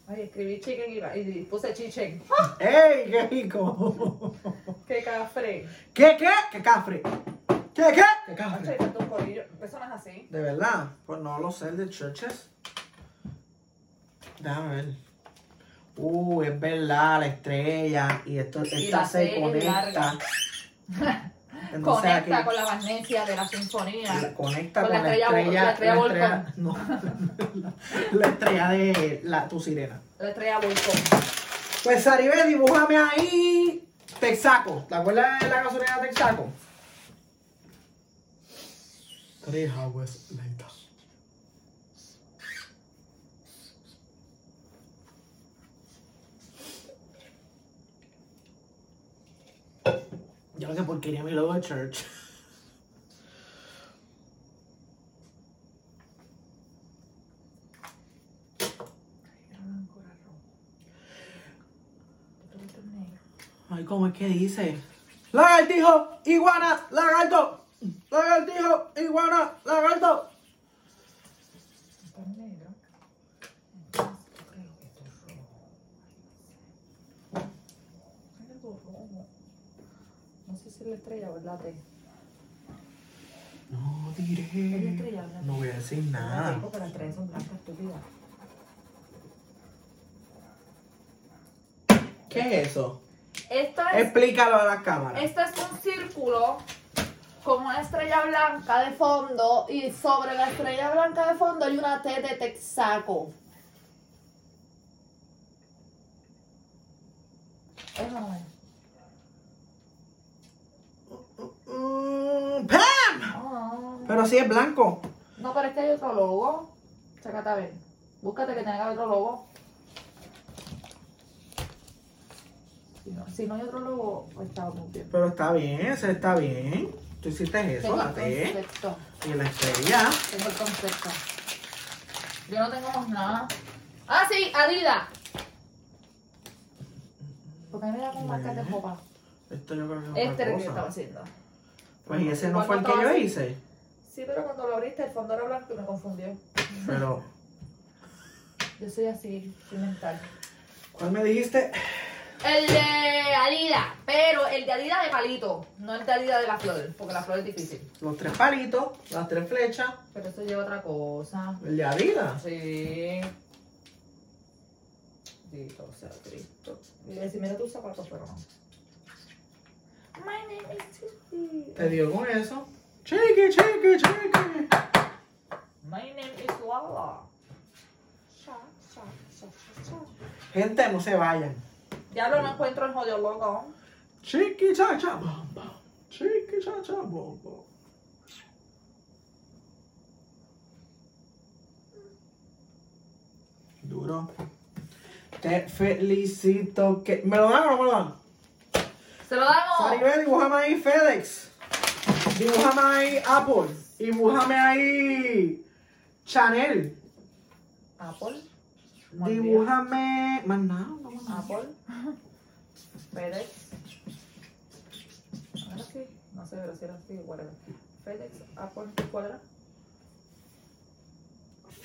Speaker 1: Ay, escribí chicken y, va- y puse chichen. ¡Ah!
Speaker 2: ¡Ey, qué rico! *laughs*
Speaker 1: ¡Qué cafre!
Speaker 2: ¿Qué, qué? ¿Qué cafre? ¿Qué, qué? ¿Qué
Speaker 1: Hacho,
Speaker 2: cafre?
Speaker 1: y falta un corillo. Eso no es así.
Speaker 2: ¿De verdad? Pues no lo sé, el de Churches. Déjame ver. Uh, es verdad, la estrella. Y esto esta
Speaker 1: la
Speaker 2: se
Speaker 1: serie
Speaker 2: conecta.
Speaker 1: larga.
Speaker 2: *laughs* Entonces
Speaker 1: Conecta
Speaker 2: aquí
Speaker 1: con la magnesia de la sinfonía.
Speaker 2: conecta
Speaker 1: con
Speaker 2: con
Speaker 1: la
Speaker 2: la
Speaker 1: estrella vol-
Speaker 2: estrella.
Speaker 1: la estrella
Speaker 2: estrella- *laughs* no, la, la estrella de la, tu sirena.
Speaker 1: La estrella volcón.
Speaker 2: Pues Saribel, dibújame ahí. Texaco. ¿Te acuerdas de la gasolina de Texaco? Tres aguas later. Yo no sé por qué quería mi logo de church. Ay, ¿cómo es que dice? Lagartijo, iguana, lagarto. Lagartijo, iguana, lagarto.
Speaker 1: No sé si es la estrella o es la T.
Speaker 2: No diré. No voy a decir nada.
Speaker 1: Porque las estrellas son blancas, estúpidas.
Speaker 2: ¿Qué es eso?
Speaker 1: Esto Ah, es,
Speaker 2: Explícalo a la cámara.
Speaker 1: esto es un círculo con una estrella blanca de fondo y sobre la estrella blanca de fondo hay una T de Texaco. Eso no es.
Speaker 2: Mm, ¡Pam!
Speaker 1: Ah.
Speaker 2: Pero si es blanco.
Speaker 1: No, pero es que hay otro logo. Chécate a ver. Búscate que tenga que haber otro logo. Si no, si no hay otro logo, pues está muy bien.
Speaker 2: Pero está bien, se está bien. Tú hiciste eso,
Speaker 1: Tengo
Speaker 2: la
Speaker 1: el
Speaker 2: T.
Speaker 1: concepto.
Speaker 2: Y la estrella.
Speaker 1: Tengo el concepto. Yo no tengo más nada. ¡Ah, sí! ¡Adidas! Porque a mí me da con marcas de copa.
Speaker 2: Esto yo creo que es
Speaker 1: Este era
Speaker 2: otra
Speaker 1: el que yo
Speaker 2: cosa.
Speaker 1: estaba haciendo.
Speaker 2: Pues y ese no
Speaker 1: Igual
Speaker 2: fue el
Speaker 1: no
Speaker 2: que yo
Speaker 1: estaba-
Speaker 2: hice.
Speaker 1: Sí, pero cuando lo abriste, el fondo era blanco y me confundió.
Speaker 2: Pero,
Speaker 1: Yo soy así, soy mental.
Speaker 2: ¿cuál me dijiste?
Speaker 1: El de Adidas, pero el de Adidas de palito, no el de Adidas de la flor, porque la flor es difícil.
Speaker 2: Los tres palitos, las tres flechas,
Speaker 1: Pero esto lleva otra cosa.
Speaker 2: el de Adidas.
Speaker 1: Sí. Dito sea Cristo. Y le decía, mira tus zapatos, pero no. My name is Titi.
Speaker 2: Te dio con eso. Cheque, cheque, cheque.
Speaker 1: My name is Lala.
Speaker 2: Gente, no se vayan.
Speaker 1: Ya lo no encuentro el jodido logo.
Speaker 2: Chiqui cha cha bom bom. Chiqui cha cha bom bom. Duro. Te felicito que. ¿Me lo dan o no me lo dan?
Speaker 1: ¡Se lo damos!
Speaker 2: Maribel, dibújame ahí FedEx. Dibújame ahí Apple. Dibújame ahí Chanel.
Speaker 1: Apple. Buen día.
Speaker 2: Dibújame. Más nada, no más nada.
Speaker 1: Apple. FedEx. Ahora sí. No sé, pero si era así, whatever. FedEx, Apple, ¿qué cuadra?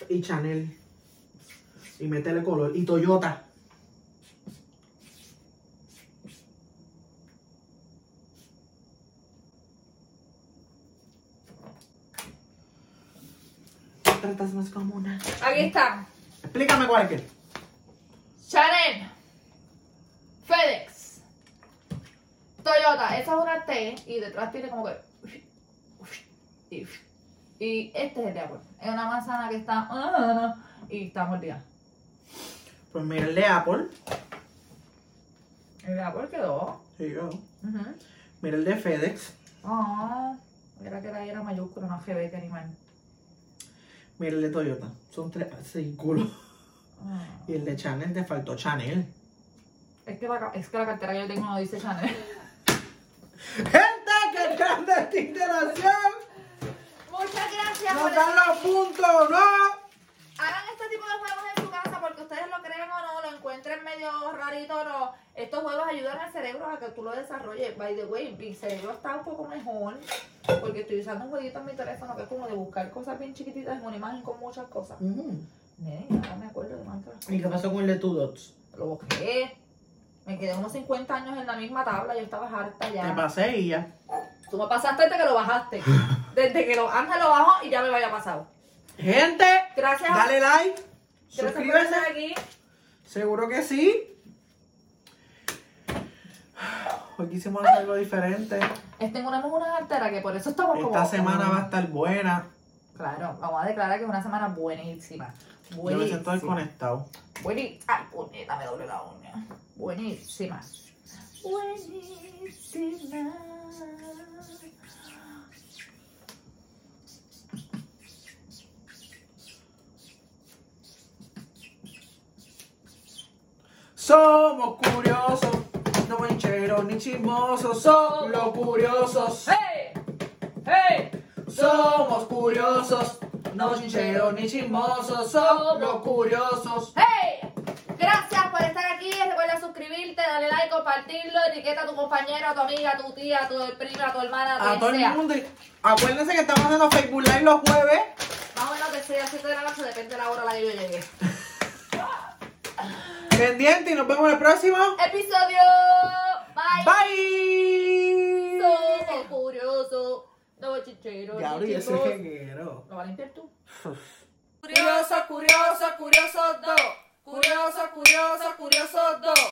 Speaker 2: Y Chanel. Y métele color. Y Toyota. Te Tratas más como una.
Speaker 1: Aquí está.
Speaker 2: Explícame cuál es que.
Speaker 1: Chanel. FedEx. Toyota. Esa es una T y detrás tiene como que... Y, y este es el de Apple. Es una manzana que está... ah, Y está mordida.
Speaker 2: Pues mira, el de Apple.
Speaker 1: El de Apple quedó.
Speaker 2: Sí, yo.
Speaker 1: Ujú.
Speaker 2: Mira el de FedEx.
Speaker 1: Ah, era que la era mayúscula, no GB, que animal.
Speaker 2: Mira el de Toyota. Son tres. Seis culos.
Speaker 1: Ah.
Speaker 2: Y el de Chanel te faltó Chanel.
Speaker 1: Es que, la, ca- es que la cartera que yo tengo no dice Chanel.
Speaker 2: ¡Gente que grande esta interacción!
Speaker 1: *laughs* Muchas gracias por
Speaker 2: ¡Nos dan los puntos, no!
Speaker 1: Hagan este tipo de juegos en su casa porque ustedes lo crean o no, lo encuentren medio rarito o no. Estos juegos ayudan al cerebro a que tú lo desarrolles. By the way, mi cerebro está un poco mejor. Porque estoy usando un jueguito en mi teléfono que es como de buscar cosas bien chiquititas en una imagen con muchas cosas.
Speaker 2: Ujú.
Speaker 1: Nene, ahora me acuerdo de mantra.
Speaker 2: ¿Y qué pasó con el de Two Dots?
Speaker 1: Lo busqué. Me quedé unos 50 años en la misma tabla, yo estaba harta
Speaker 2: Te
Speaker 1: ya.
Speaker 2: pasé y ya.
Speaker 1: Tú me pasaste desde que lo bajaste. Desde que lo Ángel lo bajó y ya me lo había pasado.
Speaker 2: Gente,
Speaker 1: Gracias a-
Speaker 2: dale like,
Speaker 1: Gracias por
Speaker 2: suscríbete.
Speaker 1: estar aquí.
Speaker 2: Seguro que sí. Hoy quisimos hacer algo diferente.
Speaker 1: Es- Tenemos una altera que por eso estamos como.
Speaker 2: Esta semana va a estar buena.
Speaker 1: Claro, vamos a declarar que es una semana buenísima.
Speaker 2: Yo me siento
Speaker 1: Buenísima.
Speaker 2: desconectado.
Speaker 1: Buenísima. Ay, puñeta, me doble la uña. Buenísima. Buenísima.
Speaker 2: Somos curiosos, no mancheros ni chismosos, solo curiosos.
Speaker 1: ¡Hey! ¡Hey!
Speaker 2: Somos curiosos, no mancheros ni chismosos, solo curiosos.
Speaker 1: ¡Hey! Gracias por estar aquí. Recuerda suscribirte, darle like, compartirlo. Etiqueta a tu compañero, a tu amiga, a tu tía, a tu prima, a tu hermana, a
Speaker 2: A
Speaker 1: quien
Speaker 2: todo el
Speaker 1: sea.
Speaker 2: mundo. y- Acuérdense que estamos haciendo Facebook Live los jueves.
Speaker 1: Más o menos de 6 a 7 de la noche, depende de la hora a la que yo llegue.
Speaker 2: Pendiente y nos vemos en el próximo.
Speaker 1: Episodio. Bye.
Speaker 2: Bye.
Speaker 1: Somos curioso. No chichero.
Speaker 2: Gabriel, yo soy jeguero.
Speaker 1: ¿Lo va a limpiar tú?
Speaker 4: Curioso, curioso, curioso, do. Curioso, curioso, curioso, do.